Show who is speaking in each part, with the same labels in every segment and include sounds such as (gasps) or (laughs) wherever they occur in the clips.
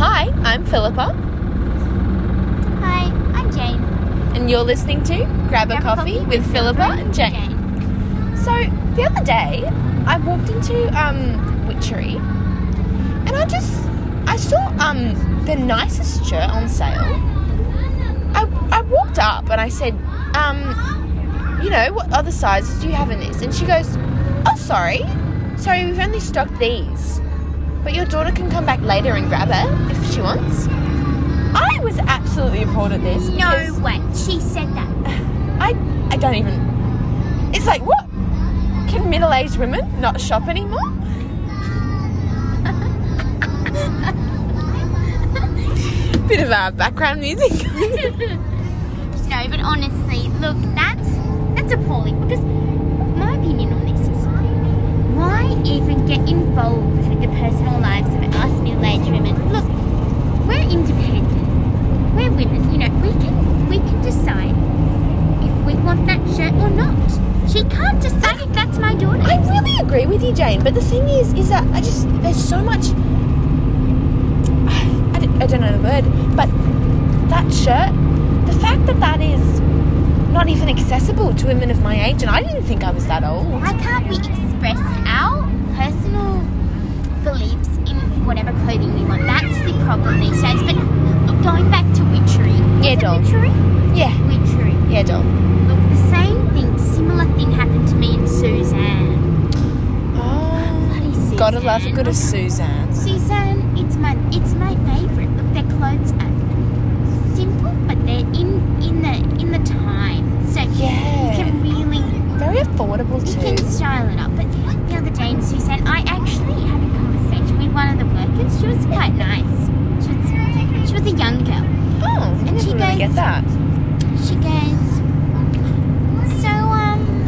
Speaker 1: I'm Philippa,
Speaker 2: Hi, I'm Jane.
Speaker 1: and you're listening to Grab a, Coffee, with Philippa and Jane. So the other day, I walked into um, Witchery, and I just I saw um, the nicest shirt on sale. I, I walked up and I said, um, you know, what other sizes do you have in this? And she goes, oh sorry, sorry, we've only stocked these, but your daughter can come back later and grab it if she wants. I was absolutely appalled at this. because-
Speaker 2: No way. She said that. (laughs)
Speaker 1: I I don't even. It's like what? Can middle-aged women not shop anymore? Bit of uh, background (laughs) music.
Speaker 2: No, but honestly, look, that's that's appalling because my opinion on this is why even get involved with the personal lives of us middle-aged women? Look, we're independent. We're women. You know, we can we can decide if we want that shirt or not. She can't decide if that's my daughter.
Speaker 1: I really agree with you, Jane. But the thing is, is that I just there's so much. I don't, I don't know the word, but that shirt, the fact that that is not even accessible to women of my age, and I didn't think I was that old.
Speaker 2: Why can't we express our personal beliefs in whatever clothing we want? That's the problem these days. But look, going back to witchery.
Speaker 1: Yeah,
Speaker 2: Is it
Speaker 1: doll.
Speaker 2: Witchery?
Speaker 1: Yeah,
Speaker 2: Witchery.
Speaker 1: yeah, doll.
Speaker 2: Look, the same thing, similar thing happened to me and Suzanne.
Speaker 1: Oh.
Speaker 2: Bloody Suzanne.
Speaker 1: Gotta love a good of Suzanne.
Speaker 2: Suzanne, it's my it's my favourite. Look, their clothes are simple, but they're in in the in the time. So
Speaker 1: Yeah.
Speaker 2: you can really
Speaker 1: Very affordable
Speaker 2: You can
Speaker 1: too.
Speaker 2: style it up. But the other day in Suzanne, I actually had a conversation with one of the workers. She was quite nice. She was, she was a young girl.
Speaker 1: Oh, I
Speaker 2: And
Speaker 1: didn't
Speaker 2: she
Speaker 1: really get
Speaker 2: goes-
Speaker 1: that.
Speaker 2: She goes, So,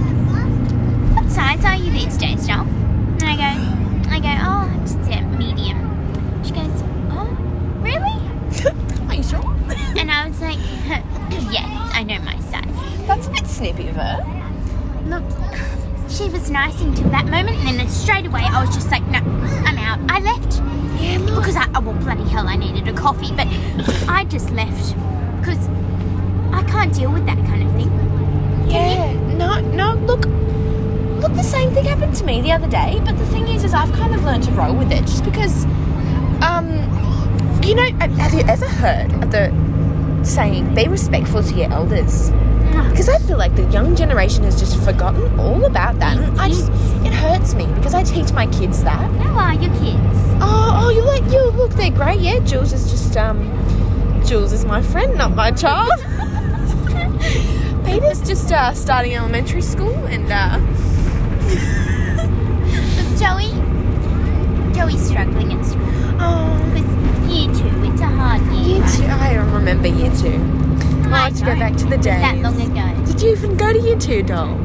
Speaker 2: um, what size are you these days, doll? And I go, I go, oh, I'm just a medium. She goes, oh, really?
Speaker 1: (laughs) Are you sure?
Speaker 2: And I was like, (laughs) yes, I know my size.
Speaker 1: That's a bit snippy of her.
Speaker 2: Look, she was nice until that moment, and then straight away I was just like, no, I'm out. I left. Yeah, Because I, oh, well, bloody hell, I needed a coffee, but I just left. Because I can't deal with that kind of thing.
Speaker 1: Yeah. No, no, look. Look, the same thing happened to me the other day, but the thing is, is I've kind of learned to roll with it just because, um, you know, have you ever heard of the saying, be respectful to your elders?
Speaker 2: Ugh.
Speaker 1: Because I feel like the young generation has just forgotten all about that. And I just, it hurts me because I teach my kids that.
Speaker 2: How are your kids?
Speaker 1: Oh, oh, you like you look they're great. Yeah, Jules is just um, Jules is my friend, not my child. (laughs) Peter's just uh, starting elementary school, and uh,
Speaker 2: Look, Joey, Joey's struggling at school
Speaker 1: oh,
Speaker 2: because year two, it's a hard year.
Speaker 1: year two. I remember year two. I like to go
Speaker 2: don't.
Speaker 1: back to the
Speaker 2: It was That
Speaker 1: days.
Speaker 2: long ago.
Speaker 1: Did you even go to year two, doll?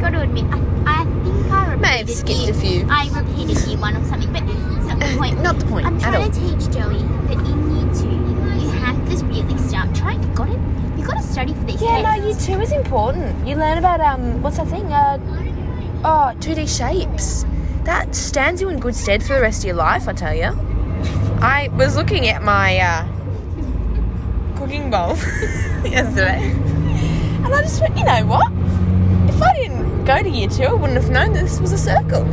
Speaker 2: Got to admit, I, I think I repeated
Speaker 1: May have skipped
Speaker 2: year-
Speaker 1: a few.
Speaker 2: I repeated year one or something, but it's not the point.
Speaker 1: Not the point
Speaker 2: I'm
Speaker 1: at
Speaker 2: trying
Speaker 1: all.
Speaker 2: to teach Joey that in year two, you have to really start trying. Got it? You got to study for these
Speaker 1: Yeah, no, year
Speaker 2: tests.
Speaker 1: two is important. You learn about um, what's that thing? Uh, oh, two D shapes. That stands you in good stead for the rest of your life, I tell you. I was looking at my uh, cooking bowl (laughs) yesterday, and I just went, you know what? If I didn't go to year two, I wouldn't have known this was a circle.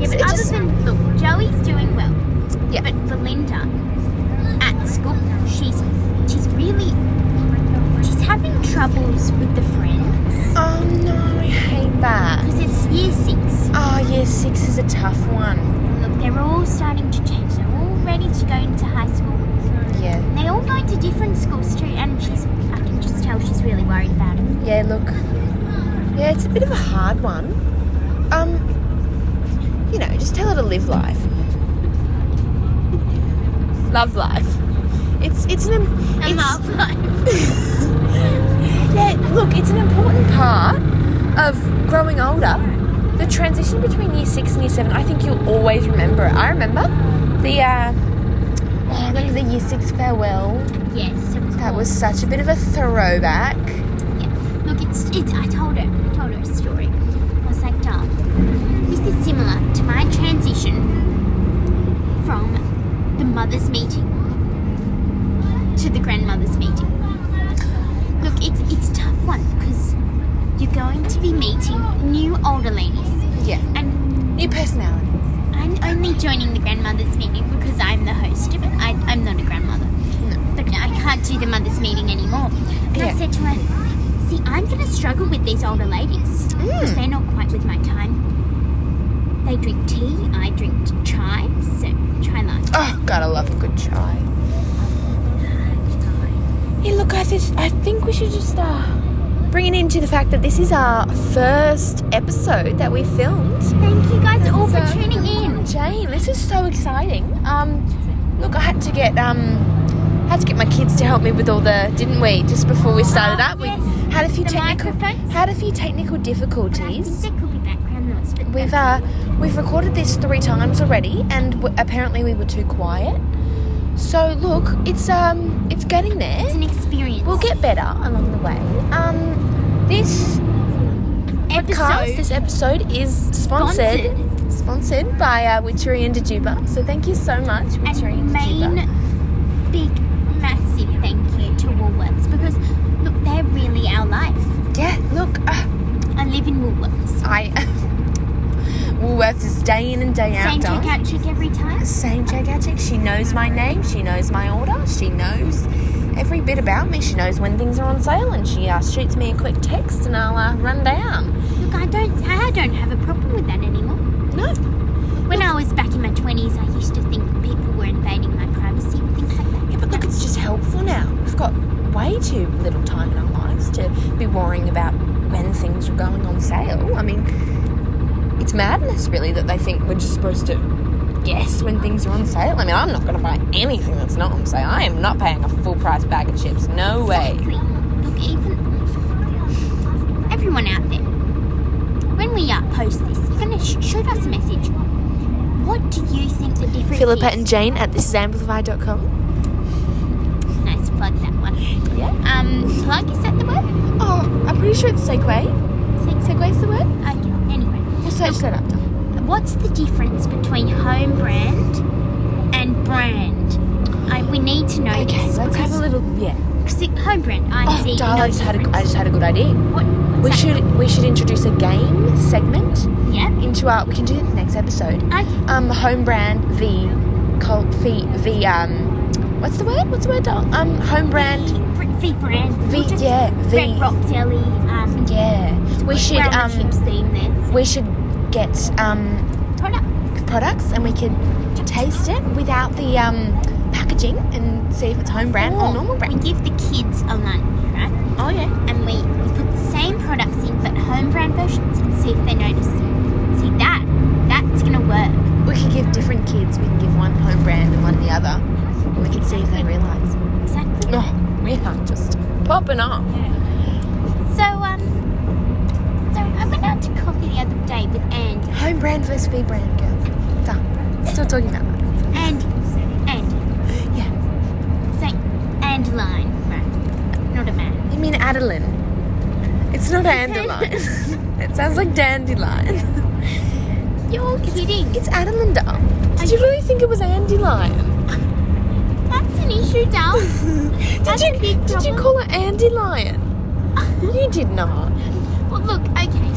Speaker 2: Yeah,
Speaker 1: so
Speaker 2: but
Speaker 1: it
Speaker 2: other
Speaker 1: just-
Speaker 2: than look, Joey's doing well.
Speaker 1: Yeah.
Speaker 2: But Belinda, at the school, she's she's really she's having troubles with the friends
Speaker 1: Oh no, I hate that.
Speaker 2: because it's year six.
Speaker 1: Oh, year six is a tough one.
Speaker 2: Look, they're all starting to change. They're all ready to go into high school.
Speaker 1: Yeah.
Speaker 2: They all go into different schools too, and she's, I can just tell she's really worried about it.
Speaker 1: Yeah, look. Yeah, it's a bit of a hard one. Um, you know, just tell her to live life. Love life. It's it's an im- it's,
Speaker 2: life.
Speaker 1: yeah, look, it's an important part of growing older. The transition between year six and year seven, I think you'll always remember it. I remember the uh, oh, I remember the year six farewell.
Speaker 2: (laughs) Yes, of
Speaker 1: That was
Speaker 2: course.
Speaker 1: such a bit of a throwback.
Speaker 2: Yeah. Look, it's, it's, I told her, I told her a story. I was like, Darl, this is similar to my transition from the grandmother's meeting. To the grandmother's meeting. Look, it's it's a tough one because you're going to be meeting new older ladies,
Speaker 1: Yeah.
Speaker 2: and
Speaker 1: New personality.
Speaker 2: I'm only joining the grandmother's meeting because I'm the host of it. I, I'm not a grandmother,
Speaker 1: No.
Speaker 2: but I can't do the mother's meeting anymore. And I
Speaker 1: Yeah.
Speaker 2: said to her, "See, I'm going to struggle with these older ladies." because
Speaker 1: Mm.
Speaker 2: they're not quite with my time. They drink tea, I drink chai, so chai latte.
Speaker 1: Oh God, I love a good chai. Yeah, look, I, th- I think we should just uh, bring it into the fact that this is our first episode that we filmed.
Speaker 2: Thank you guys all for
Speaker 1: So-
Speaker 2: tuning in.
Speaker 1: Jane, this is so exciting. Um, look, I had to get um, had to get my kids to help me with all the, didn't we? Just before we started
Speaker 2: Oh,
Speaker 1: up,
Speaker 2: yes.
Speaker 1: we had a few
Speaker 2: The
Speaker 1: technical
Speaker 2: microphones.
Speaker 1: had a few technical
Speaker 2: And I think
Speaker 1: difficulties.
Speaker 2: there could be background noise, but
Speaker 1: We've
Speaker 2: that's-
Speaker 1: uh, we've recorded this three times already, and w- apparently we were too quiet. So look, it's um, it's getting
Speaker 2: it's
Speaker 1: there.
Speaker 2: an experience.
Speaker 1: We'll get better along the way. Um, this podcast,
Speaker 2: episode
Speaker 1: this episode is sponsored
Speaker 2: sponsored.
Speaker 1: sponsored, by uh, Witchery and Dajuba. So thank you so much, Witchery and,
Speaker 2: and main
Speaker 1: Dajuba.
Speaker 2: big massive thank you to Woolworths because look, they're really our life.
Speaker 1: Yeah, look, uh,
Speaker 2: I live in Woolworths.
Speaker 1: I (laughs) Woolworths is day in and day out.
Speaker 2: Same
Speaker 1: darling.
Speaker 2: checkout check every time.
Speaker 1: Same checkout check. She knows my name. She knows my order. She knows every bit about me. She knows when things are on sale, and she uh, shoots me a quick text, and I'll uh, run down.
Speaker 2: Look, I don't I don't have a problem with that anymore.
Speaker 1: No,
Speaker 2: When I was back in my 20s, I used to think people were invading my privacy and things like that.
Speaker 1: Yeah, but look, it's just helpful now. We've got way too little time in our lives to be worrying about when things are going on sale. I mean, it's madness, really, that they think we're just supposed to guess when things are on sale. I mean, I'm not going to buy anything that's not on sale. I am not paying a full price bag of chips. No way.
Speaker 2: Exactly. Look, even everyone out there, when we uh, post this, you're going to sh- shoot us a message. What do you think the difference is?
Speaker 1: Jane at thisisamplify.com.
Speaker 2: Nice plug, that one.
Speaker 1: Yeah.
Speaker 2: Um, plug, is that the word?
Speaker 1: Oh, I'm pretty sure it's Segway. Segway's the word?
Speaker 2: Okay, anyway.
Speaker 1: We'll search that up. darling.
Speaker 2: What's the difference between home brand and brand? I, we need to know
Speaker 1: Okay,
Speaker 2: this.
Speaker 1: let's have a
Speaker 2: because-
Speaker 1: little. Yeah.
Speaker 2: because Home brand, I
Speaker 1: Oh,
Speaker 2: see.
Speaker 1: darling,
Speaker 2: no
Speaker 1: I just had a,
Speaker 2: difference.
Speaker 1: I just had a good idea.
Speaker 2: What, what's
Speaker 1: We
Speaker 2: that?
Speaker 1: should we should introduce a game segment
Speaker 2: Yep.
Speaker 1: into our. We can do that in the next episode.
Speaker 2: Okay.
Speaker 1: Um, home brand v, cult v v um, what's the word? What's the word? darling? Um, home brand
Speaker 2: V, v brand.
Speaker 1: v
Speaker 2: We'll just-
Speaker 1: yeah v
Speaker 2: Red Rock Deli. Um,
Speaker 1: yeah. We should
Speaker 2: Round the
Speaker 1: um
Speaker 2: chips theme there.
Speaker 1: we should get um
Speaker 2: Product.
Speaker 1: products and we could taste it without the um packaging and see if it's home brand or normal brand.
Speaker 2: We give the kids a lunch, right?
Speaker 1: Oh yeah.
Speaker 2: And we, we put the same products in, but home brand versions, and see if they notice. See that? That's gonna work.
Speaker 1: We could give different kids. We can give one home brand and one the other. And we could see if they realise.
Speaker 2: Exactly.
Speaker 1: Oh, we are just popping off.
Speaker 2: So um, so I went out to coffee the other day with Andy.
Speaker 1: Home brand versus V brand, girl. Done. Still talking about that.
Speaker 2: Andy. Andy.
Speaker 1: Yeah.
Speaker 2: So Andy line, right? Not a man.
Speaker 1: You mean Adeline? It's not Andeline. (laughs) it sounds like dandelion.
Speaker 2: You're kidding.
Speaker 1: It's Adeline, doll. Did you really think it was Andeline?
Speaker 2: That's an issue, Dal.
Speaker 1: (laughs) Did
Speaker 2: That's
Speaker 1: you
Speaker 2: a big
Speaker 1: did you call
Speaker 2: problem.
Speaker 1: it Andeline? You did not.
Speaker 2: well, look, okay.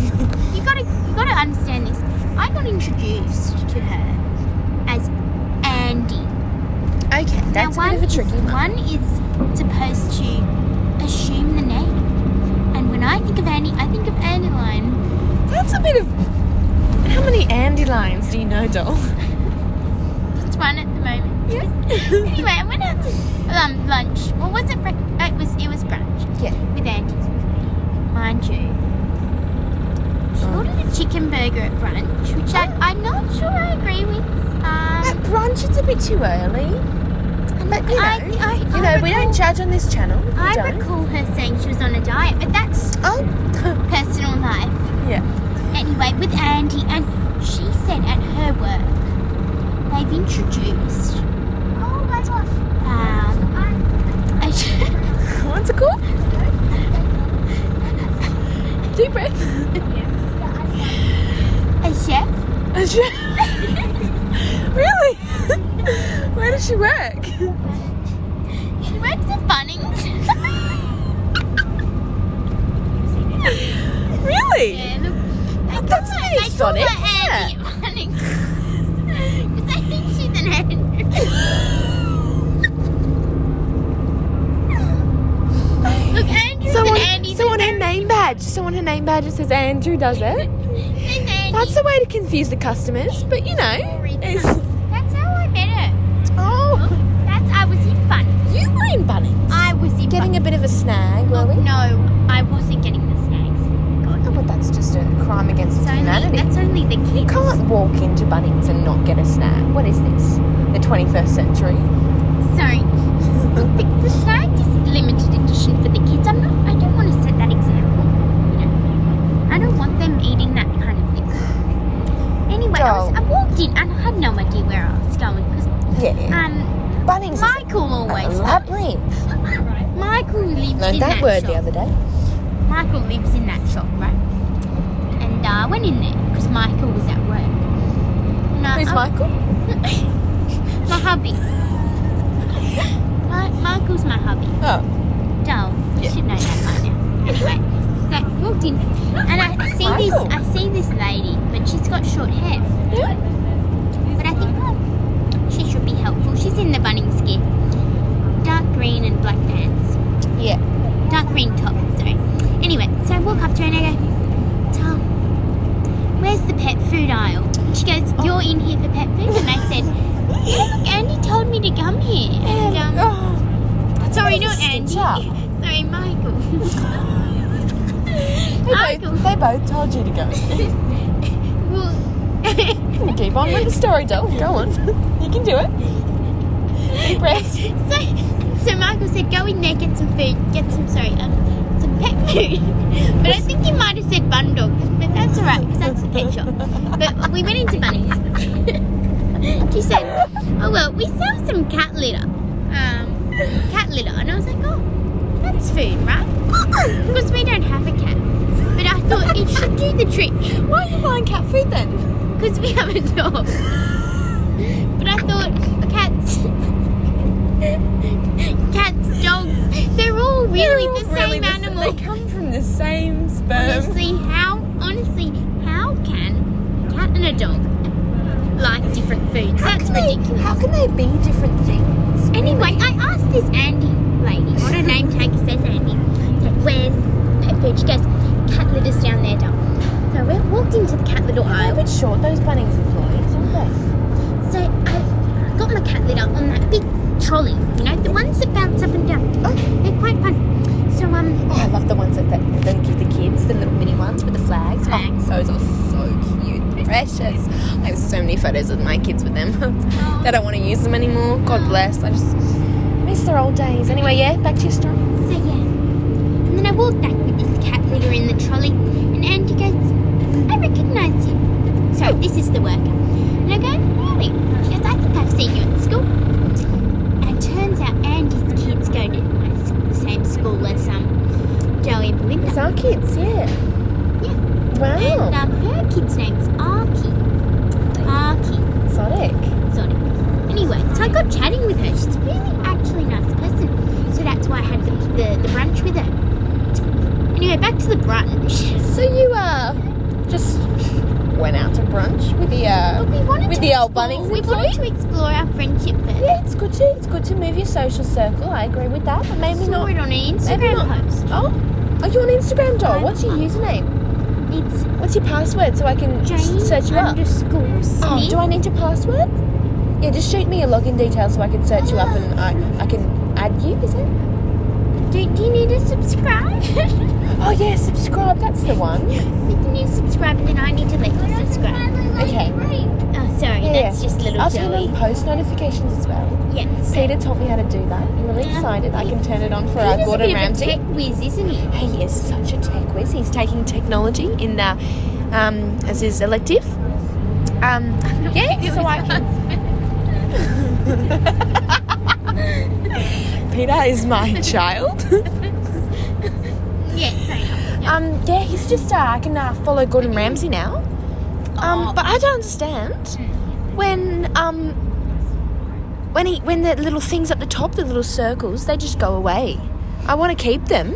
Speaker 2: You gotta, you gotta understand this. I got introduced to her as Andy.
Speaker 1: Okay, that's
Speaker 2: now
Speaker 1: a
Speaker 2: one
Speaker 1: bit of a
Speaker 2: is-
Speaker 1: tricky one.
Speaker 2: One is supposed to assume the name, and when I think of Andy, I think of Andeline.
Speaker 1: That's a bit of. How many Andelines do you know, doll?
Speaker 2: Just one at the moment.
Speaker 1: (laughs) Yeah.
Speaker 2: Anyway, I went out to um, lunch. Well, was it? Break- uh, it was. It was brunch.
Speaker 1: yeah.
Speaker 2: with Andy. Mind you, she
Speaker 1: Oh.
Speaker 2: ordered a chicken burger at brunch, which I, I'm not sure I agree with.
Speaker 1: At
Speaker 2: Um,
Speaker 1: brunch, it's a bit too early. But you know,
Speaker 2: I- I-
Speaker 1: you
Speaker 2: I
Speaker 1: know, we
Speaker 2: recall-
Speaker 1: don't judge on this channel. We
Speaker 2: I
Speaker 1: don't.
Speaker 2: recall her saying she was on a diet, but that's
Speaker 1: Oh, (laughs)
Speaker 2: personal life.
Speaker 1: yeah.
Speaker 2: Anyway, with Andy, and she said at her work, they've introduced. Oh my gosh. Um, a,
Speaker 1: What's it called? Deep breath. (laughs)
Speaker 2: (laughs) a chef.
Speaker 1: (laughs) really? (laughs) Where did she she work?
Speaker 2: She works at Bunnings.
Speaker 1: really?
Speaker 2: (laughs) Yeah, look, I
Speaker 1: That's
Speaker 2: call her-
Speaker 1: pretty
Speaker 2: I call her
Speaker 1: exotic,
Speaker 2: Annie
Speaker 1: isn't
Speaker 2: Bunnings. (laughs) 'Cause I think she's an
Speaker 1: (gasps)
Speaker 2: Andrew. Look, Andrew's
Speaker 1: Someone,
Speaker 2: an Andy.
Speaker 1: someone her name badge. Someone her name badge that says Andrew does it.
Speaker 2: There's Andy.
Speaker 1: That's a way to confuse the customers, but you know. It's,
Speaker 2: That's how I met her.
Speaker 1: oh,
Speaker 2: That's I was in fun.
Speaker 1: you were in Bunnings.
Speaker 2: I was in
Speaker 1: Getting a bit of a snag, were
Speaker 2: Bunnings.
Speaker 1: we?
Speaker 2: No, I wasn't getting the snacks. God.
Speaker 1: Oh, but that's just a crime against
Speaker 2: It's only,
Speaker 1: humanity.
Speaker 2: that's only the
Speaker 1: You
Speaker 2: kids.
Speaker 1: can't walk into Bunnings and not get a snack. What is this? The 21st century?
Speaker 2: Sorry. The, the snack is limited edition for the kids. I'm not. I don't want to set that example. You know, I don't want them eating that kind of thing. Anyway, I, was,
Speaker 1: Doll.
Speaker 2: I walked in and I had no idea where I was going because
Speaker 1: Yeah. yeah.
Speaker 2: um,
Speaker 1: Bunnings is
Speaker 2: Michael
Speaker 1: a
Speaker 2: always.
Speaker 1: labyrinth.
Speaker 2: (laughs) Michael lives in
Speaker 1: Learned that word the
Speaker 2: shop.
Speaker 1: other day.
Speaker 2: Michael lives in that shop, right? And uh, I went in there because Michael was at work. And, uh,
Speaker 1: Who's
Speaker 2: I-
Speaker 1: Michael?
Speaker 2: (laughs) my hubby. (laughs) My, Michael's my hubby.
Speaker 1: Oh.
Speaker 2: Dull. You
Speaker 1: Yeah.
Speaker 2: should know that by now. Anyway, so I walked in and I see this
Speaker 1: Michael.
Speaker 2: I see this lady, but she's got short hair.
Speaker 1: Yeah.
Speaker 2: But I think oh, she should be helpful. She's in the Bunnings gear. Dark green and black pants.
Speaker 1: Yeah.
Speaker 2: Dark green top, sorry. Anyway, so I walk up to her and I go, Tal, where's the pet food aisle? And she goes, You're in here for pet food? And I said, Look, Andy told me to come here. And, um,
Speaker 1: Oh,
Speaker 2: Sorry,
Speaker 1: That was
Speaker 2: not
Speaker 1: a
Speaker 2: Andy.
Speaker 1: stitch
Speaker 2: Sorry, Michael.
Speaker 1: they,
Speaker 2: Michael.
Speaker 1: both, they both told you to go.
Speaker 2: Well, (laughs)
Speaker 1: You Keep on with the story, doll. Go on. (laughs) You can do it. Deep breaths.
Speaker 2: so, so Michael said, go in there, get some food, get some, sorry, um, some pet food. (laughs) But I think he might have said bun dog, but that's alright, because that's the pet shop. But we went into Bunnings. (laughs) she said, oh, well, we sell some cat litter. Um, cat litter. And I was like, oh, that's food, right? Because we don't have a cat. But I thought it should do the trick.
Speaker 1: Why are you buying cat food then?
Speaker 2: Because we have a dog. but I thought cats, (laughs) cats, dogs, they're all really the same
Speaker 1: Really the-
Speaker 2: animal.
Speaker 1: They come from the same sperm.
Speaker 2: honestly, how, honestly, how can a cat and a dog like different foods? That's ridiculous.
Speaker 1: how can they be different things?
Speaker 2: Anyway, I asked this Andy lady, what her name tag says Andy, like, where's pet food? She goes, cat litter's down there, dog. So we walked into the cat litter
Speaker 1: They're a
Speaker 2: aisle.
Speaker 1: bit short, those Bunnings employees, aren't they?
Speaker 2: So I got my cat litter on that big trolley, you know, the ones that bounce up and down.
Speaker 1: Oh,
Speaker 2: They're quite fun. So um,
Speaker 1: oh I love the ones that they, that they give the kids, the little mini ones with the flags.
Speaker 2: Flags.
Speaker 1: Oh, those are so cute, precious. I have so many photos of my kids with them. (laughs) they don't want to use them anymore. God bless. I just miss their old days. Anyway, yeah, back to your story.
Speaker 2: so yeah. And then I walked back with this cat litter in the trolley, and Andy goes, I recognise you. So this is the worker. And I go, really? She goes, I think I've seen you at school. And it turns out Andy's kids go to my s- the same school as um, Joey and Belinda.
Speaker 1: It's our kids, yeah.
Speaker 2: Yeah.
Speaker 1: Wow.
Speaker 2: And um, her kid's name's Arky. Arky.
Speaker 1: um, Sonic.
Speaker 2: Sorry. Anyway, so I got chatting with her. She's a really actually nice person. So that's why I had the, the, the brunch with her. Anyway, back to the brunch. (laughs)
Speaker 1: So you uh just went out to brunch with the
Speaker 2: But
Speaker 1: uh
Speaker 2: we wanted
Speaker 1: With
Speaker 2: to
Speaker 1: the old
Speaker 2: explore-
Speaker 1: Bunnings
Speaker 2: We wanted to explore our friendship further.
Speaker 1: Yeah, it's good to it's good to move your social circle. I agree with that, but maybe
Speaker 2: Saw
Speaker 1: not.
Speaker 2: it on an
Speaker 1: maybe
Speaker 2: Instagram
Speaker 1: not.
Speaker 2: post.
Speaker 1: Oh, are you on Instagram, doll? What's your username?
Speaker 2: It's
Speaker 1: What's your password so I can
Speaker 2: Jane
Speaker 1: s- search you up?
Speaker 2: underscore Smith.
Speaker 1: Oh, do I need your password? Yeah, just shoot me your login details so I can search you up and I I can add you. Is it?
Speaker 2: do, do you need to
Speaker 1: (laughs)
Speaker 2: subscribe?
Speaker 1: Oh yeah, subscribe. That's the one.
Speaker 2: Can you subscribe and then I need to let you subscribe?
Speaker 1: Okay.
Speaker 2: Oh, sorry,
Speaker 1: Yeah,
Speaker 2: that's
Speaker 1: yeah.
Speaker 2: just little
Speaker 1: I'll turn
Speaker 2: Joey.
Speaker 1: on post notifications as well.
Speaker 2: Yeah. so-
Speaker 1: Peter taught me how to do that. I'm really
Speaker 2: Yeah.
Speaker 1: excited. I can turn it on for
Speaker 2: He
Speaker 1: our
Speaker 2: is a
Speaker 1: Gordon
Speaker 2: bit of a
Speaker 1: Ramsay.
Speaker 2: tech whiz, isn't he?
Speaker 1: He is such a tech whiz. He's taking technology in the, um, as his elective. Um, yeah, so I can. Peter is my (laughs) child.
Speaker 2: Yeah, sorry.
Speaker 1: um, yeah, he's just. Uh, I can uh, follow Gordon Ramsay now. Um, but I don't understand when um, when he when the little things at the top, the little circles, they just go away. I want to keep them.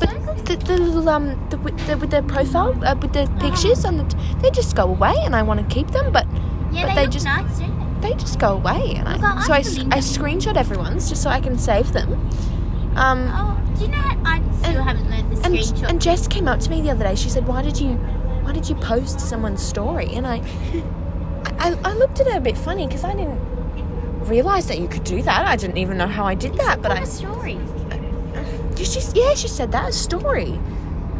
Speaker 1: But the, the little um the, with the with the profile uh, with the pictures on the t- they just go away and I want to keep them but
Speaker 2: Yeah,
Speaker 1: But
Speaker 2: they,
Speaker 1: they
Speaker 2: look
Speaker 1: just-
Speaker 2: nice, don't they?
Speaker 1: they just go away and I
Speaker 2: Look, I-
Speaker 1: so
Speaker 2: I
Speaker 1: I,
Speaker 2: can
Speaker 1: s-
Speaker 2: link
Speaker 1: I
Speaker 2: them.
Speaker 1: screenshot everyone's just so I can save them. Um,
Speaker 2: Oh, do you know how I still
Speaker 1: And-
Speaker 2: haven't learned the
Speaker 1: and,
Speaker 2: screenshot?
Speaker 1: and Jess came up to me the other day. She said, "Why did you, why did you post someone's story?" And I, I, I looked at her a bit funny because I didn't realize that you could do that. I didn't even know how I did that, but I,
Speaker 2: Proper story.
Speaker 1: she, she- yeah, she said that a story,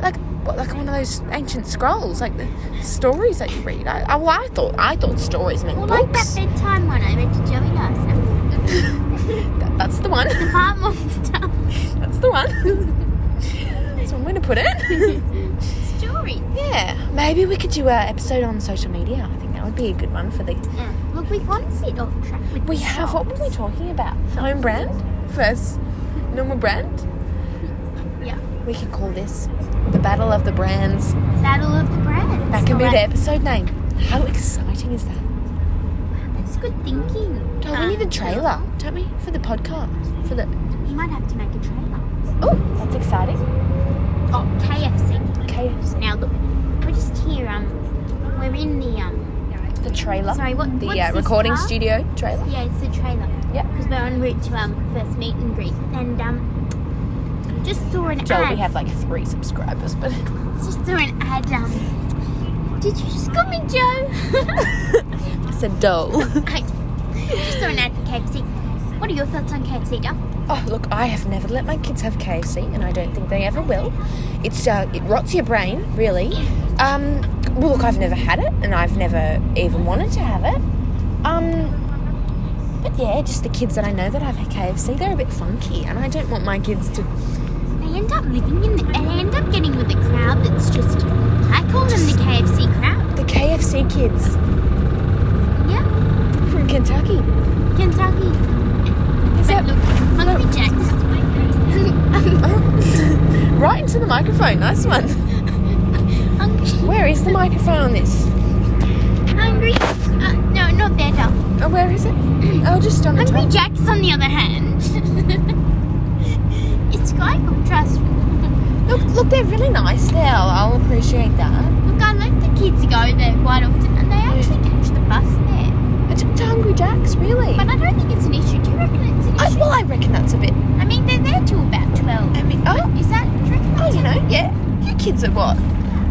Speaker 1: like what, like one of those ancient scrolls, like the stories that you read. I, I well, I thought I thought stories meant
Speaker 2: Well, like that
Speaker 1: books. (laughs)
Speaker 2: bedtime one I read to Joey last night.
Speaker 1: That- that's the one. (laughs)
Speaker 2: The heart (laughs) monster
Speaker 1: That's the one. (laughs) that's one way to put it. (laughs)
Speaker 2: story.
Speaker 1: yeah, maybe we could do an episode on social media. I think that would be a good one for the
Speaker 2: Yeah. Look, we've gone a bit off track with
Speaker 1: Mm. We
Speaker 2: the
Speaker 1: have. What were we talking about? Home brand versus normal brand.
Speaker 2: Yeah.
Speaker 1: We could call this the battle of the brands.
Speaker 2: Battle of the Brands.
Speaker 1: That can be the
Speaker 2: Alright.
Speaker 1: episode name. How exciting is that?
Speaker 2: That's good thinking. Um,
Speaker 1: Oh, we need a trailer, don't we, for the podcast? For the
Speaker 2: You might have to make a trailer.
Speaker 1: oh, that's exciting.
Speaker 2: Oh, KFC.
Speaker 1: Okay,
Speaker 2: Now look, we're just here. Um, we're in the um.
Speaker 1: the trailer,
Speaker 2: Sorry, what?
Speaker 1: the
Speaker 2: what's
Speaker 1: uh,
Speaker 2: this
Speaker 1: recording
Speaker 2: car?
Speaker 1: studio trailer.
Speaker 2: Yeah, it's the trailer.
Speaker 1: Yeah.
Speaker 2: Because we're en route to um first meet and greet, and um, just saw an
Speaker 1: Joel,
Speaker 2: ad.
Speaker 1: we have like three subscribers, but
Speaker 2: Just saw an ad. Um, did you just call me
Speaker 1: (laughs)
Speaker 2: Joe? (laughs)
Speaker 1: I said Dole. (laughs)
Speaker 2: I just saw an ad for KFC. What are your thoughts on KFC, Joe?
Speaker 1: Oh, look, I have never let my kids have KFC, and I don't think they ever will. It's uh, it rots your brain, really. Um, well, look, I've never had it, and I've never even wanted to have it. Um, but yeah, just the kids that I know that have had KFC, they're a bit funky, and I don't want my kids to.
Speaker 2: They end up living in the. They end up getting with a crowd that's just. I call them the KFC crowd.
Speaker 1: The KFC kids
Speaker 2: Yeah,
Speaker 1: from Kentucky. (laughs)
Speaker 2: Kentucky.
Speaker 1: Is that
Speaker 2: But look, Hungry Jack's.
Speaker 1: Oh, right into the microphone? Nice one.
Speaker 2: (laughs) Hungry.
Speaker 1: Where is the microphone on this?
Speaker 2: Hungry. Uh, no, not there, Joe.
Speaker 1: Oh, where is it? (clears throat) Oh, just on the
Speaker 2: Hungry
Speaker 1: top.
Speaker 2: Jack's, on the other hand, (laughs) it's quite contrastful.
Speaker 1: Look, look, they're really nice now. I'll appreciate that.
Speaker 2: Look, I let the kids go there quite often, and they actually catch the bus there.
Speaker 1: Uh, To, to Hungry Jack's, really?
Speaker 2: But I don't think it's an issue. Do you reckon it's an
Speaker 1: I,
Speaker 2: issue?
Speaker 1: well, I reckon that's a bit.
Speaker 2: I mean, they're there till about twelve.
Speaker 1: I mean, oh,
Speaker 2: Is that? Do you reckon
Speaker 1: oh,
Speaker 2: that's
Speaker 1: you know, yeah. Your kids are what?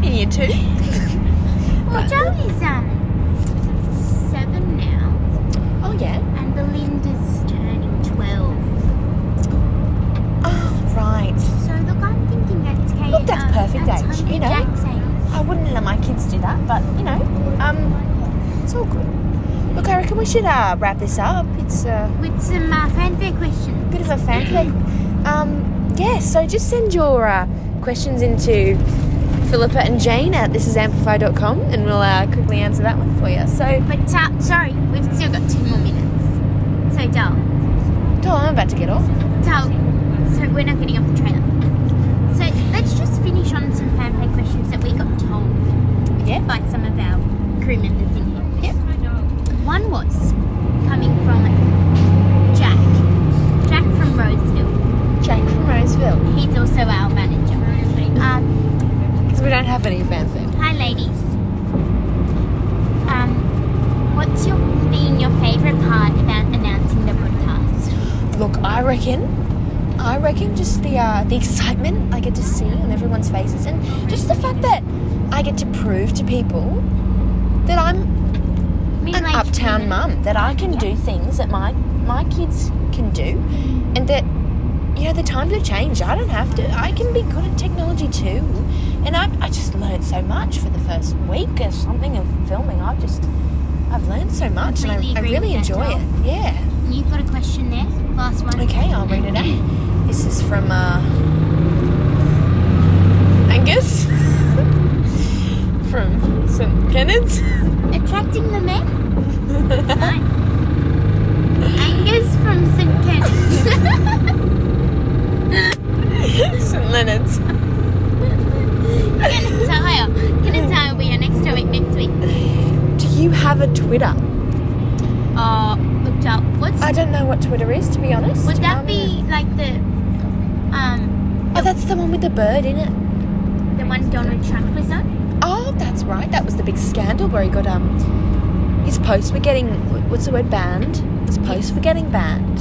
Speaker 1: In year two?
Speaker 2: Well,
Speaker 1: But-
Speaker 2: Joey's um seven now,
Speaker 1: oh, yeah.
Speaker 2: and Belinda's turning twelve.
Speaker 1: Oh, right.
Speaker 2: So look, I'm thinking that's Kate. um,
Speaker 1: Look, that's perfect age, you know.
Speaker 2: Jack's age.
Speaker 1: I wouldn't let my kids do that, but you know, um, it's all good. Look, I reckon we should uh, wrap this up. It's a
Speaker 2: With some uh, fanfare questions.
Speaker 1: bit of a fanfic. Um, yeah. So just send your uh, questions into Philippa and Jane at thisisamplify.com, and we'll uh, quickly answer that one for you. So,
Speaker 2: But uh, sorry, we've still got two more minutes. So Dal,
Speaker 1: oh, I'm about to get off.
Speaker 2: Dal, so we're not getting off the trailer. So let's just finish on some fanfare questions that we got told
Speaker 1: Yeah.
Speaker 2: by some of our crew members in here.
Speaker 1: Yep.
Speaker 2: One was coming from Jack. Jack from Roseville.
Speaker 1: Jane from Roseville.
Speaker 2: He's also our manager. Um,
Speaker 1: Because we don't have any fanfic.
Speaker 2: hi, ladies. Um, what's your been your favourite part about announcing the podcast?
Speaker 1: Look, I reckon, I reckon just the uh, the excitement I get to see on everyone's faces, and just the fact that I get to prove to people that I'm an
Speaker 2: Middle-aged
Speaker 1: uptown
Speaker 2: women.
Speaker 1: mum, that I can
Speaker 2: Yeah.
Speaker 1: do things that my my kids can do, and that you know the times have changed. I don't have to. I can be good at technology too, and I I just learned so much for the first week or something of filming. I've just I've learned so much, and
Speaker 2: Completely
Speaker 1: I, I
Speaker 2: agree
Speaker 1: really
Speaker 2: with that,
Speaker 1: enjoy
Speaker 2: Joel.
Speaker 1: it. Yeah.
Speaker 2: You've got a question there. Last one.
Speaker 1: Okay, I'll read it out. This is from uh, Angus (laughs) from St. (laughs) Kennard's.
Speaker 2: Attracting the men. Hi. Angus from St. Kennedy.
Speaker 1: St. Leonard's.
Speaker 2: Kenatire. Kenatire will be our next topic next week.
Speaker 1: Do you have a Twitter?
Speaker 2: Uh, looked up. What's
Speaker 1: I don't know what Twitter is, to be honest.
Speaker 2: Would that
Speaker 1: Um,
Speaker 2: be like the um
Speaker 1: Oh, that's the one with the bird in it.
Speaker 2: the one Donald Trump was on?
Speaker 1: Oh, that's right. That was the big scandal where he got um his posts were getting what's the word banned. His posts were getting banned.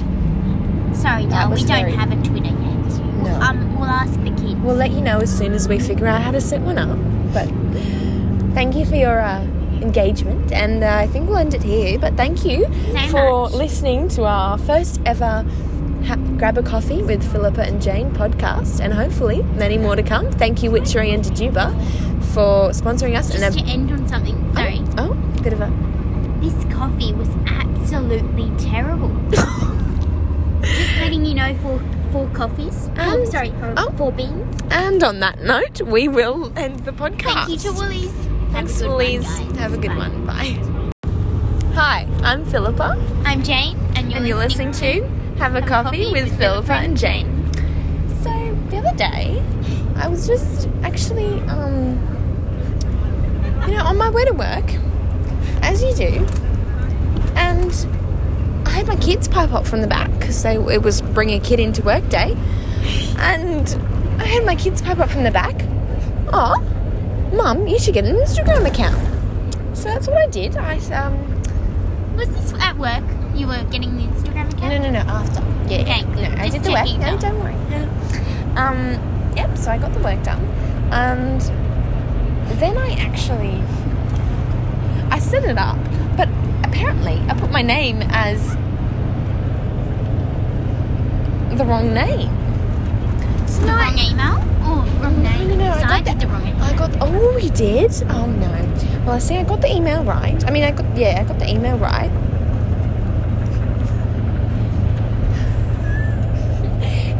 Speaker 2: Sorry,
Speaker 1: That
Speaker 2: Dal, we
Speaker 1: was
Speaker 2: don't
Speaker 1: very-
Speaker 2: have a Twitter yet. We'll,
Speaker 1: No.
Speaker 2: um, we'll ask the kids.
Speaker 1: We'll let you know as soon as we figure out how to set one up. But thank you for your uh, engagement, and uh, I think we'll end it here. But thank you
Speaker 2: So
Speaker 1: for
Speaker 2: much.
Speaker 1: listening to our first ever. Ha- Grab a coffee with Philippa and Jane podcast, and hopefully many more to come. Thank you, Witchery and Dejuba, for sponsoring us. and
Speaker 2: Just to end on something. Sorry,
Speaker 1: Oh, oh, bit of a
Speaker 2: this coffee was absolutely terrible. Just letting you know for four coffees. oh,
Speaker 1: And-
Speaker 2: sorry, for
Speaker 1: oh.
Speaker 2: four beans.
Speaker 1: And on that note, we will end the podcast.
Speaker 2: Thank you to Woolies.
Speaker 1: Thanks, Louise. Have a good
Speaker 2: Bye.
Speaker 1: one. Bye. Hi, I'm Philippa,
Speaker 2: I'm Jane, and you're,
Speaker 1: and you're listening to Have a Coffee with Philippa and Jane. So the other day, I was just actually, um, you know, on my way to work, as you do, and I had my kids pipe up from the back because it was bring a kid into work day, and I had my kids pipe up from the back. Oh, mum, you should get an Instagram account. So that's what I did. I um,
Speaker 2: Was this at work? You were getting the Instagram account?
Speaker 1: no, no, no, after. Yeah,
Speaker 2: Okay,
Speaker 1: no,
Speaker 2: good.
Speaker 1: I
Speaker 2: Just
Speaker 1: did the work.
Speaker 2: checking
Speaker 1: No,
Speaker 2: now.
Speaker 1: don't worry. No. Um, yep, so I got the work done. And then I actually, I set it up, but apparently I put my name as the wrong name. So
Speaker 2: The
Speaker 1: now I-
Speaker 2: wrong email? Oh, wrong name.
Speaker 1: no, no, I
Speaker 2: So
Speaker 1: got
Speaker 2: I did the wrong email.
Speaker 1: I got. Oh, you did? Oh no. Well, I see. I got the email right. I mean, I got. Yeah, I got the email right. (laughs)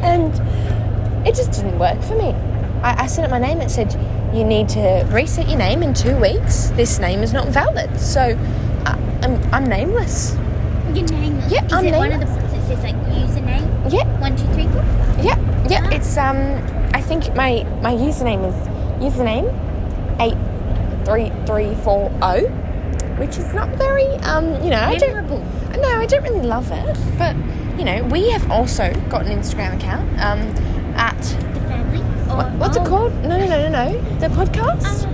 Speaker 1: and it just didn't work for me. I, I sent it my name. It said you need to reset your name in two weeks. This name is not valid. So I, I'm, I'm nameless.
Speaker 2: Your name.
Speaker 1: Yeah,
Speaker 2: is
Speaker 1: I'm
Speaker 2: it one
Speaker 1: nameless.
Speaker 2: of the ones that says like username?
Speaker 1: Yeah,
Speaker 2: One, two, three, four.
Speaker 1: Yeah, yeah.
Speaker 2: Ah.
Speaker 1: It's um. I think my my username is username eight three three four zero, which is not very um. You know, I don't.
Speaker 2: Memorable.
Speaker 1: No, I don't really love it. But you know, we have also got an Instagram account. Um, at
Speaker 2: The family. Or,
Speaker 1: what, what's
Speaker 2: oh,
Speaker 1: it called? No, no, no, no, no. The podcast.
Speaker 2: um,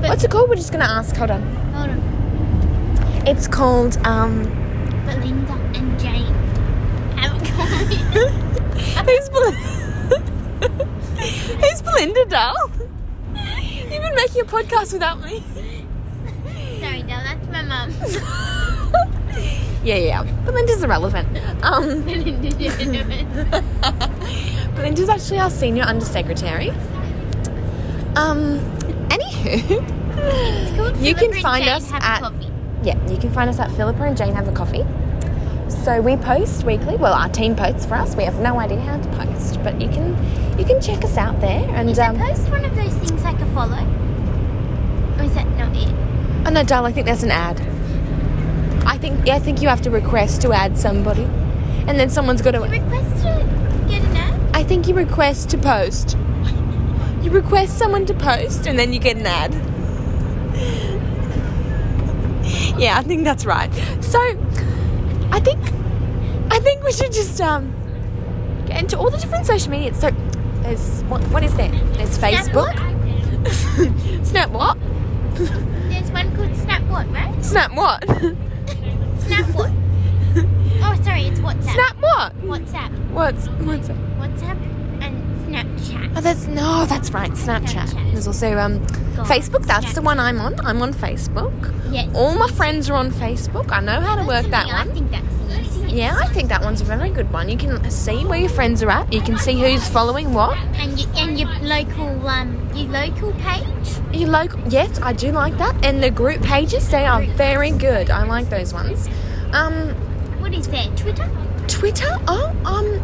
Speaker 2: but,
Speaker 1: what's it called? We're just gonna ask. Hold on.
Speaker 2: Hold on.
Speaker 1: It's called um.
Speaker 2: Belinda and Jane. Have a coffee.
Speaker 1: (laughs) who's Belinda? (laughs) who's Belinda Dahl? You've been making a podcast without me.
Speaker 2: (laughs) Sorry, no, that's my
Speaker 1: (laughs)
Speaker 2: mum. (laughs)
Speaker 1: yeah, yeah. Belinda's irrelevant. Um, (laughs) Belinda's actually our senior undersecretary. Um, anywho, you can find us at yeah, you can find us at Philippa and Jane have a coffee. So we post weekly. Well, our team posts for us. We have no idea how to post, but you can you can check us out there. And
Speaker 2: Is
Speaker 1: um,
Speaker 2: it post one of those things like a follow? Or is that not it?
Speaker 1: oh no, darling, I think there's an ad. I think yeah, I think you have to request to add somebody, and then someone's got to.
Speaker 2: Request to get an ad?
Speaker 1: I think you request to post. You request someone to post and then you get an ad. (laughs) yeah, I think that's right. So, I think I think we should just um get into all the different social media. So, there's what, what is there? There's Facebook. (laughs)
Speaker 2: Snapchat.
Speaker 1: Snap what?
Speaker 2: There's one called Snapbot, right?
Speaker 1: Snap what? (laughs)
Speaker 2: Snapbot. oh, sorry, it's WhatsApp.
Speaker 1: Snap what?
Speaker 2: WhatsApp.
Speaker 1: What's what's
Speaker 2: WhatsApp and Snapchat.
Speaker 1: Oh, that's no, that's right. Snapchat.
Speaker 2: Snapchat.
Speaker 1: There's also um,
Speaker 2: God,
Speaker 1: Facebook. That's the
Speaker 2: Snapchat.
Speaker 1: one I'm on. I'm on Facebook.
Speaker 2: Yes.
Speaker 1: All my friends are on Facebook. Oh, I know how to
Speaker 2: That's
Speaker 1: work that
Speaker 2: something I
Speaker 1: one.
Speaker 2: think that's easy.
Speaker 1: Yeah, I think that one's a very good one. You can see where your friends are at. You can see who's following what.
Speaker 2: And, you, and your local um your local page.
Speaker 1: You like? Yes, I do like that. And the group pages, they are very good. I like those ones. Um,
Speaker 2: What is that? Twitter?
Speaker 1: Twitter. Oh, um,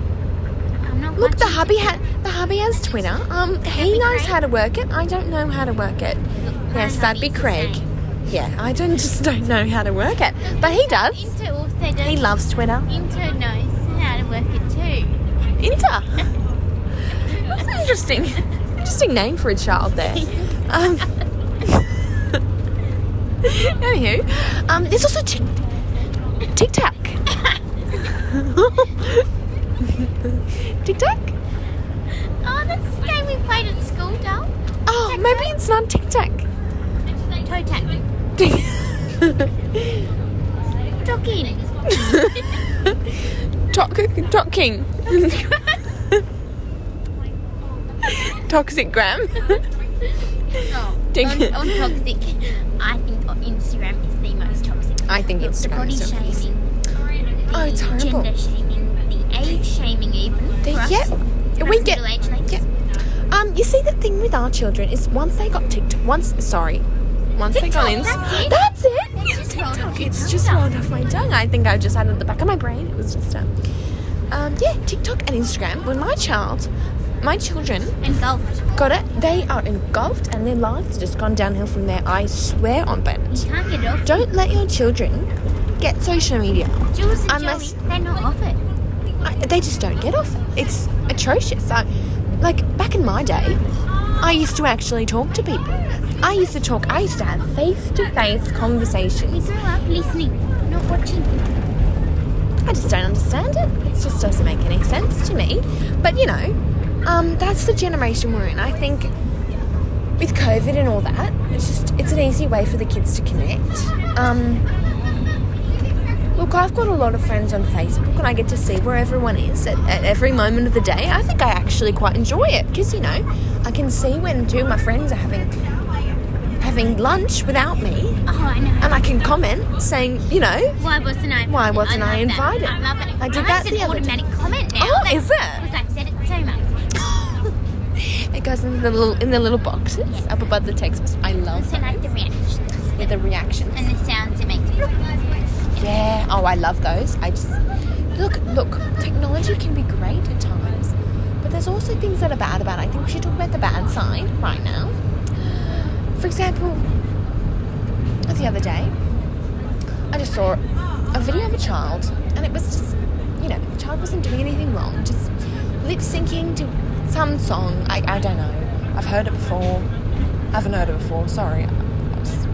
Speaker 2: I'm not
Speaker 1: look, the
Speaker 2: watching
Speaker 1: hubby ha- the hubby has Twitter. Um, he
Speaker 2: be
Speaker 1: knows
Speaker 2: Craig?
Speaker 1: how to work it. I don't know how to work it.
Speaker 2: Twitter. Look,
Speaker 1: Yes,
Speaker 2: my
Speaker 1: that'd be
Speaker 2: hubby's the
Speaker 1: Craig.
Speaker 2: same.
Speaker 1: Yeah, I don't just don't know how to work it, but he does.
Speaker 2: Inter also does.
Speaker 1: He loves Twitter.
Speaker 2: Inter knows how to work it too. (laughs)
Speaker 1: Inter. That's an interesting, interesting name for a child there. Um, (laughs) (laughs) anywho, um, there's also Tik TikTok. Tic Tac?
Speaker 2: Oh, that's the game we played at school, doll.
Speaker 1: Oh, maybe it's not Tic Tac. (laughs)
Speaker 2: Toe tap. Talking.
Speaker 1: Toc Toc King. Toxic Gram.
Speaker 2: Oh,
Speaker 1: Dig-
Speaker 2: on, on toxic. I think on Instagram is the most toxic.
Speaker 1: I think
Speaker 2: It's the
Speaker 1: Instagram
Speaker 2: body
Speaker 1: is so-
Speaker 2: shaming.
Speaker 1: Oh, it's
Speaker 2: the
Speaker 1: horrible.
Speaker 2: Gender shaming. The age shaming, even.
Speaker 1: They-
Speaker 2: for us,
Speaker 1: yep.
Speaker 2: for
Speaker 1: We
Speaker 2: us
Speaker 1: get-
Speaker 2: middle-aged ladies.
Speaker 1: yep. Um, you see the thing with our children is once they got TikTok, once sorry, once they got
Speaker 2: TikTok,
Speaker 1: Insta,
Speaker 2: that's
Speaker 1: that's it.
Speaker 2: It's just rolled off
Speaker 1: TikTok.
Speaker 2: your
Speaker 1: It's
Speaker 2: tongue,
Speaker 1: just
Speaker 2: doll.
Speaker 1: rolled off my tongue. I think I just had it at the back of my brain. It was just um, um yeah, TikTok and Instagram. When my child, my children
Speaker 2: And golf.
Speaker 1: got it, they are engulfed and their lives just gone downhill from there. I swear on Bennett.
Speaker 2: You can't get it off.
Speaker 1: Don't let your children get social media.
Speaker 2: Jules and
Speaker 1: Unless-
Speaker 2: Joey, they're not off it.
Speaker 1: I, they just don't get off. it. It's atrocious. I, like back in my day, I used to actually talk to people. I used to talk. I used to have face-to-face
Speaker 2: We
Speaker 1: conversations.
Speaker 2: grew up listening, not watching.
Speaker 1: I just don't understand it. It just doesn't make any sense to me. But you know, um, that's the generation we're in. I think with COVID and all that, it's just it's an easy way for the kids to connect. Um, look, I've got a lot of friends on Facebook, and I get to see where everyone is at, at every moment of the day. I think I actually quite enjoy it because you know I can see when two of my friends are having having lunch without me,
Speaker 2: Oh, I know.
Speaker 1: and I can comment saying, you know,
Speaker 2: Why wasn't I?
Speaker 1: Um, Why
Speaker 2: invited?
Speaker 1: wasn't I
Speaker 2: love that.
Speaker 1: invited?
Speaker 2: I love it.
Speaker 1: I did
Speaker 2: And
Speaker 1: that
Speaker 2: It's
Speaker 1: the
Speaker 2: an
Speaker 1: other day.
Speaker 2: automatic comment now.
Speaker 1: Oh, is it?
Speaker 2: Because I've said it so much.
Speaker 1: It goes in the little in the little boxes up above the text. message. I love
Speaker 2: Also, like the reactions
Speaker 1: yeah, the reactions.
Speaker 2: and the sounds it makes. Bloop.
Speaker 1: Yeah. Oh, I love those. I just look look. Technology can be great at times, but there's also things that are bad about. it. I think we should talk about the bad side right now. For example, the other day, I just saw a video of a child, and it was just you know the child wasn't doing anything wrong, just lip syncing to some song. I I don't know. I've heard it before. I haven't heard it before. Sorry. I just,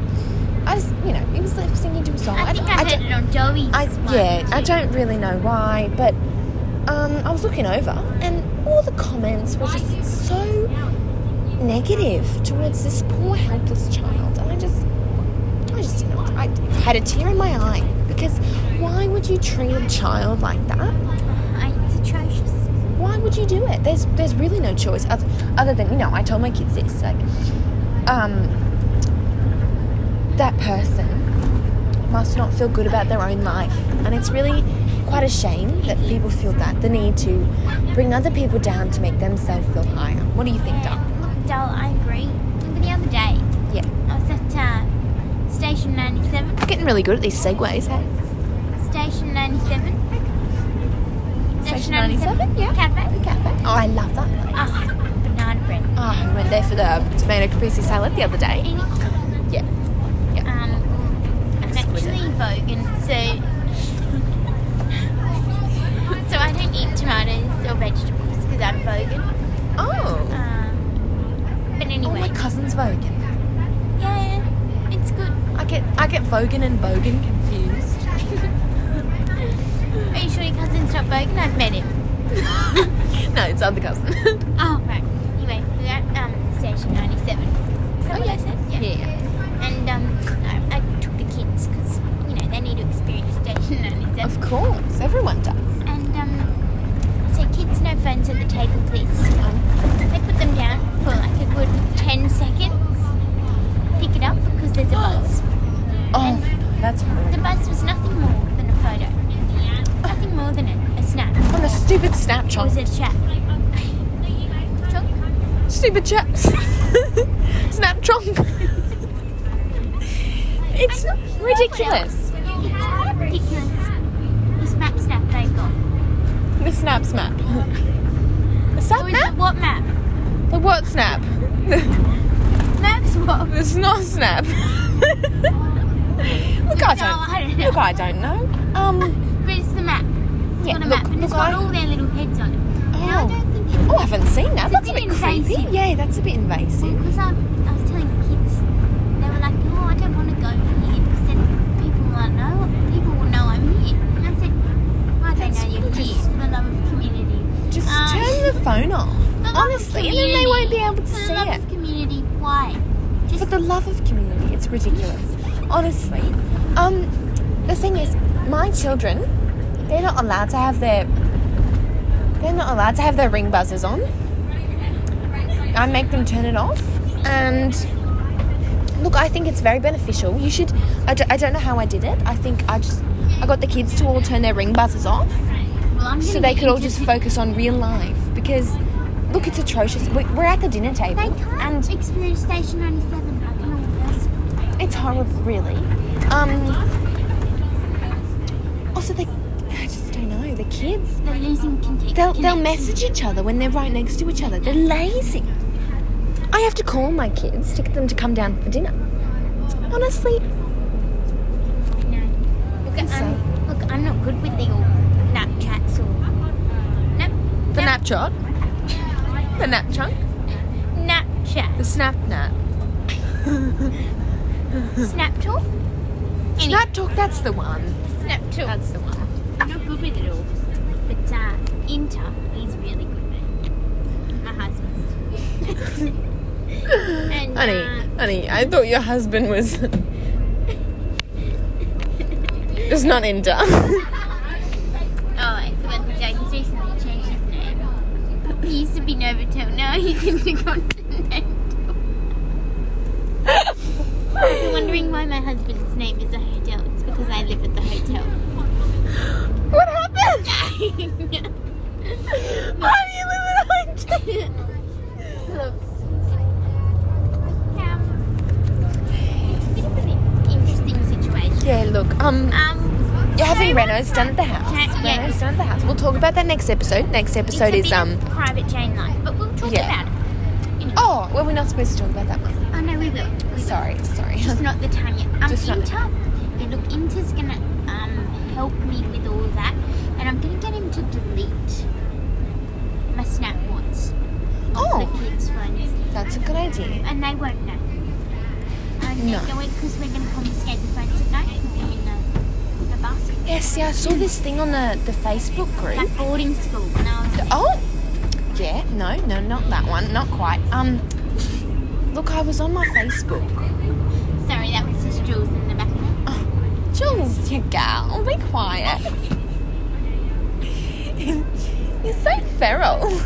Speaker 1: I just you know, he was lip syncing to a song.
Speaker 2: I think
Speaker 1: don't-
Speaker 2: I heard
Speaker 1: don't-
Speaker 2: it on Joey's.
Speaker 1: I
Speaker 2: one.
Speaker 1: yeah, I don't really know why, but um, I was looking over and all the comments were just so negative towards this poor helpless child, and I just, I just you know, I had a tear in my eye because why would you treat a child like that?
Speaker 2: I, it's atrocious.
Speaker 1: why would you do it? There's there's really no choice other, other than you know. I told my kids this like, um, that person must not feel good about their own life, and it's really quite a shame that people feel that the need to bring other people down to make themselves feel higher. What do you think, Dom?
Speaker 2: Yeah, Look, doll, I agree. Remember the other day,
Speaker 1: Yeah,
Speaker 2: I was at uh, Station 97.
Speaker 1: getting really good at these segues. Hey,
Speaker 2: Station 97.
Speaker 1: Station 97, yeah.
Speaker 2: Cafe.
Speaker 1: the cafe. Oh, I love that. One.
Speaker 2: Oh, banana bread.
Speaker 1: Oh, I went there for the tomato caprese salad the other day.
Speaker 2: Any
Speaker 1: Yeah,
Speaker 2: Um, I'm actually vegan, so (laughs) so I don't eat tomatoes or vegetables because I'm vegan.
Speaker 1: Oh,
Speaker 2: Um, but
Speaker 1: oh, my
Speaker 2: anyway,
Speaker 1: cousin's Vogan.
Speaker 2: yeah, it's good.
Speaker 1: I get I get Vogan and Bogan confused.
Speaker 2: Are you sure your cousin's not vegan? I've met him.
Speaker 1: (laughs) no, it's other cousin. (laughs)
Speaker 2: Oh right. Anyway, we're at um, station 97. Is that what I said? Yeah. And um, I, I took the kids because you know they need to experience station 97.
Speaker 1: Of course, everyone does.
Speaker 2: And um, so kids, no phones at the table, please. They put them down for like a good 10 seconds. Pick it up because there's a buzz.
Speaker 1: Oh, that's horrible.
Speaker 2: The buzz was nothing more than a photo. Nothing more than a, a snap.
Speaker 1: On a stupid
Speaker 2: Or was
Speaker 1: Snapchat.
Speaker 2: Oh, it a chat? Chonk?
Speaker 1: Stupid chats. (laughs)
Speaker 2: (laughs)
Speaker 1: Snapchat. it's ridiculous.
Speaker 2: It's ridiculous. This map snap they got.
Speaker 1: The snaps map. (laughs) The snap
Speaker 2: Or is it
Speaker 1: map?
Speaker 2: what map?
Speaker 1: The what snap? (laughs) The,
Speaker 2: Maps what?
Speaker 1: the snot snap. (laughs) look, I
Speaker 2: No, I don't
Speaker 1: don't.
Speaker 2: know.
Speaker 1: Look, I don't know. Um,
Speaker 2: But it's the map. It's
Speaker 1: yeah.
Speaker 2: got
Speaker 1: Look,
Speaker 2: a map and
Speaker 1: look,
Speaker 2: it's got
Speaker 1: I-
Speaker 2: all their little heads on it. And I
Speaker 1: Oh.
Speaker 2: don't think it's
Speaker 1: Oh, I haven't seen that.
Speaker 2: It's a
Speaker 1: That's a
Speaker 2: bit
Speaker 1: bit creepy.
Speaker 2: invasive.
Speaker 1: Yeah, that's a bit invasive.
Speaker 2: Because I, I was telling the kids, they were like, oh, I don't want to go here because then people will know, people will know I'm here. And I said, why they
Speaker 1: That's
Speaker 2: know you're
Speaker 1: phone off.
Speaker 2: Ah. The love of
Speaker 1: Honestly, and then they won't be
Speaker 2: community.
Speaker 1: able to
Speaker 2: For the
Speaker 1: see
Speaker 2: love
Speaker 1: it.
Speaker 2: Of community, why? Just
Speaker 1: For the love of community, it's ridiculous. Honestly. Um, the thing is, my children, they're not allowed to have their they're not allowed to have their ring buzzers on. I make them turn it off. And look, I think it's very beneficial. You should I d- I don't know how I did it. I think I just I got the kids to all turn their ring buzzers off
Speaker 2: well, I'm
Speaker 1: so
Speaker 2: gonna
Speaker 1: they
Speaker 2: get
Speaker 1: could all
Speaker 2: into
Speaker 1: just
Speaker 2: the-
Speaker 1: focus on real life because look it's atrocious We- we're at the dinner table
Speaker 2: They can't.
Speaker 1: and
Speaker 2: Experience Station 97. I can all this.
Speaker 1: It's horrible, really. Um, also, they, I just don't know. The kids,
Speaker 2: They're losing contact.
Speaker 1: they'll, they'll
Speaker 2: connection.
Speaker 1: message each other when they're right next to each other. They're lazy. I have to call my kids to get them to come down for dinner. Honestly,
Speaker 2: No. Look,
Speaker 1: It's
Speaker 2: I'm, Um, look, I'm not good with the old Snapchats or. Nap,
Speaker 1: the nap chart, the nap chunk, (laughs)
Speaker 2: Snapchat.
Speaker 1: the snap nap.
Speaker 2: Snap talk? Any-
Speaker 1: Snap talk, that's the one.
Speaker 2: Snap talk.
Speaker 1: That's the one.
Speaker 2: I'm not good with it all. But uh, Inter, he's really good with it. My
Speaker 1: (laughs)
Speaker 2: husband. and,
Speaker 1: Honey,
Speaker 2: uh,
Speaker 1: honey, I thought your husband was. just not into. (laughs)
Speaker 2: oh, I forgot the joke. He's recently changed his name. He used to be Novotel. Now he's (laughs) Intercontinental. If you're wondering why my husband's name is a hotel, it's because I live at the
Speaker 1: (laughs)
Speaker 2: hotel.
Speaker 1: what happened?
Speaker 2: (laughs) Look.
Speaker 1: How do you live in a hotel?
Speaker 2: Um, it's a bit of an interesting situation.
Speaker 1: Yeah, look, um,
Speaker 2: Um,
Speaker 1: you're having
Speaker 2: so
Speaker 1: Renos done at the house.
Speaker 2: Ta- yeah.
Speaker 1: Renos done at the house. We'll talk about that next episode. Next
Speaker 2: it's
Speaker 1: episode
Speaker 2: a
Speaker 1: is
Speaker 2: bit of
Speaker 1: um.
Speaker 2: private Jane life, but we'll talk
Speaker 1: yeah.
Speaker 2: about it. Anyway.
Speaker 1: Oh, well, we're not supposed to talk about that one.
Speaker 2: oh no, we will. We will.
Speaker 1: Sorry, sorry. (laughs)
Speaker 2: Just not the time yet. Um,
Speaker 1: Just not-
Speaker 2: Inter. Yeah, look, Inter's gonna um help me with all that, and I'm gonna get him to delete my Snapbots on
Speaker 1: Oh,
Speaker 2: the kids' phones.
Speaker 1: that's a good idea.
Speaker 2: And they won't know. And
Speaker 1: No.
Speaker 2: they know it because we're going to confiscate the phones at night and put them in the, the basket.
Speaker 1: Yeah, see, I saw this thing on the the Facebook group.
Speaker 2: Like boarding school when I was there.
Speaker 1: Oh, yeah, no, no, not that one, not quite. Um, look, I was on my Facebook.
Speaker 2: Sorry, that was just Jules in the background.
Speaker 1: Jules, you gal, be quiet. (laughs) You're so feral. (laughs)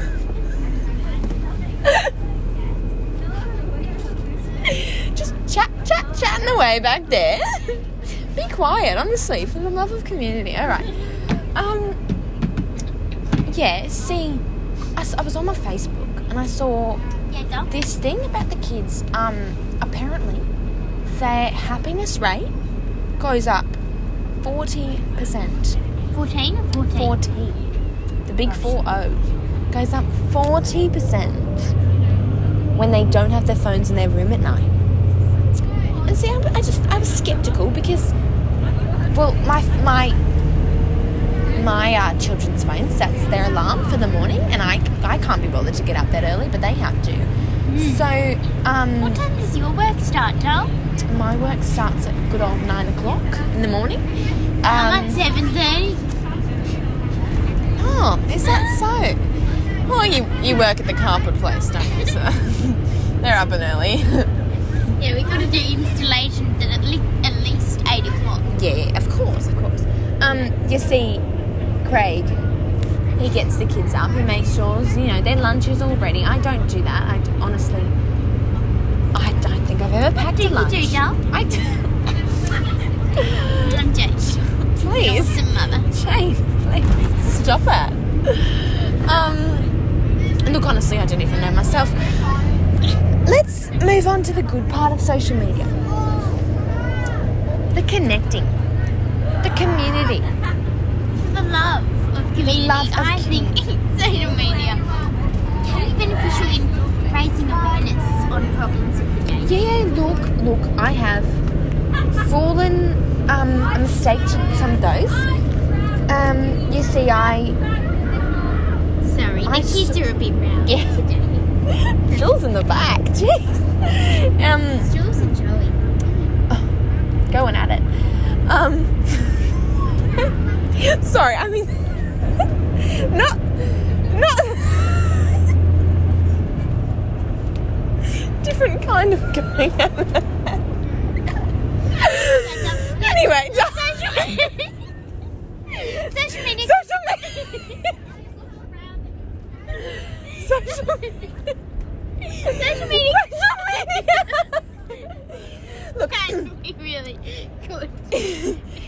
Speaker 1: Just chat, chat, chatting away back there. (laughs) be quiet, honestly, for the love of community. All right. Um. Yeah. See, I, s- I was on my Facebook and I saw
Speaker 2: Yeah, dog.
Speaker 1: this thing about the kids, um, apparently their happiness rate goes up 40%.
Speaker 2: 14 or 14?
Speaker 1: 40. The big 40 goes up 40% when they don't have their phones in their room at night. And see, I, I just, I was skeptical because, well, my, my, my uh, children's phone sets their alarm for the morning and I, I can't be bothered to get up that early, but they have to. So, um,
Speaker 2: What time does your work start, doll?
Speaker 1: my work starts at good old nine o'clock in the morning.
Speaker 2: I'm at
Speaker 1: Um,
Speaker 2: 7.30.
Speaker 1: oh, is that so? Well, you, you work at the carpet place, don't you? So (laughs) they're up and early.
Speaker 2: Yeah, we got to do installations at, at, le- at least 8 o'clock.
Speaker 1: (laughs) yeah, of course, of course. Um, you see, Craig, he gets the kids up. He makes sure, you know, their lunch is all ready. I don't do that. I d- honestly, I don't think I've ever packed
Speaker 2: do
Speaker 1: a
Speaker 2: you
Speaker 1: lunch.
Speaker 2: do, Dal?
Speaker 1: I do.
Speaker 2: I'm joking.
Speaker 1: (laughs) Please.
Speaker 2: Awesome mother.
Speaker 1: Jane, please stop it. Um, look, honestly, I don't even know myself. Let's move on to the good part of social media the connecting, the community.
Speaker 2: For the love of community,
Speaker 1: love of
Speaker 2: I think (laughs) social media can be beneficial in raising awareness on problems of the day.
Speaker 1: Yeah, look, look, I have fallen um, a mistake to some of those. Um, you see, I (laughs)
Speaker 2: Sorry,
Speaker 1: I
Speaker 2: the kids
Speaker 1: s-
Speaker 2: are a bit rowdy
Speaker 1: Yeah.
Speaker 2: today.
Speaker 1: Jules in the back. Jeez. Um,
Speaker 2: Jules and Joey.
Speaker 1: going at it. Um, (laughs) sorry, I mean, not, (laughs) not. kind of going out of the hat. (laughs) anyway, (laughs)
Speaker 2: Social media. Social media.
Speaker 1: social media. (laughs) social media. (laughs)
Speaker 2: Social media.
Speaker 1: Social media. (laughs) Look,
Speaker 2: Guys, we really good.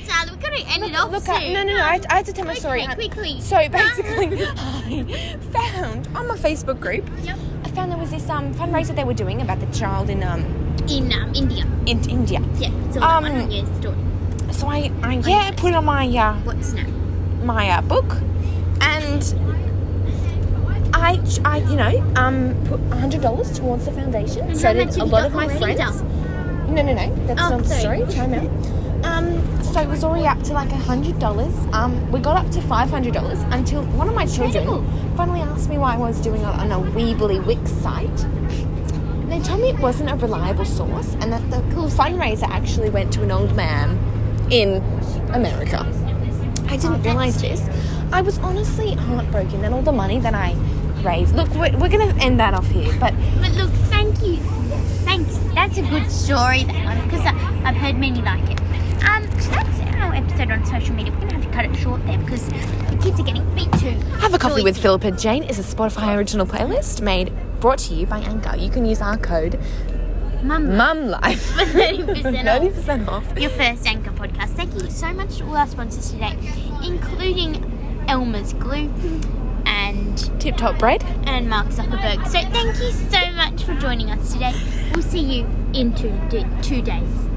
Speaker 2: Sal, we're gonna end it off
Speaker 1: look,
Speaker 2: soon.
Speaker 1: I, no, no, no. I, I had to tell my story.
Speaker 2: Quickly, quickly.
Speaker 1: So basically, I found on my Facebook group,
Speaker 2: Yep.
Speaker 1: I found there was this um, fundraiser they were doing about the child in um
Speaker 2: In um, India.
Speaker 1: in India.
Speaker 2: Yeah. It's all
Speaker 1: Um,
Speaker 2: um, on your story.
Speaker 1: So I, I yeah, put it on my uh,
Speaker 2: What's now?
Speaker 1: my uh, book, and I, I you know um put hundred dollars towards the foundation.
Speaker 2: And
Speaker 1: so
Speaker 2: how much
Speaker 1: did
Speaker 2: have
Speaker 1: a
Speaker 2: you
Speaker 1: lot
Speaker 2: got
Speaker 1: of my
Speaker 2: already
Speaker 1: friends. No, no, no. That's
Speaker 2: Oh,
Speaker 1: not the
Speaker 2: sorry.
Speaker 1: story. Time out. Um, so it was already up to like hundred dollars. Um, we got up to five hundred dollars until one of my children
Speaker 2: Incredible.
Speaker 1: finally asked me why I was doing it on a Weebly Wix site. And they told me it wasn't a reliable source, and that the fundraiser actually went to an old man in America. I didn't realize this. I was honestly heartbroken that all the money that I raised. Look, we're, we're gonna end that off here, but
Speaker 2: But look, thank you. Thanks. That's a good story, that one, because I've heard many like it. Um, so that's our episode on social media. We're going to have to cut it short there because the kids are getting a bit too.
Speaker 1: Have a Coffee with
Speaker 2: noisy.
Speaker 1: Philippa Jane is a Spotify original playlist made brought to you by Anchor. You can use our code (laughs)
Speaker 2: Mum,
Speaker 1: MUMLIFE
Speaker 2: 30% off.
Speaker 1: 90% off.
Speaker 2: your first anchor podcast. Thank you so much to all our sponsors today, including Elmer's Glue and
Speaker 1: Tip Top Bread.
Speaker 2: and Mark Zuckerberg. So thank you so much for joining us today. We'll see you in two, two days.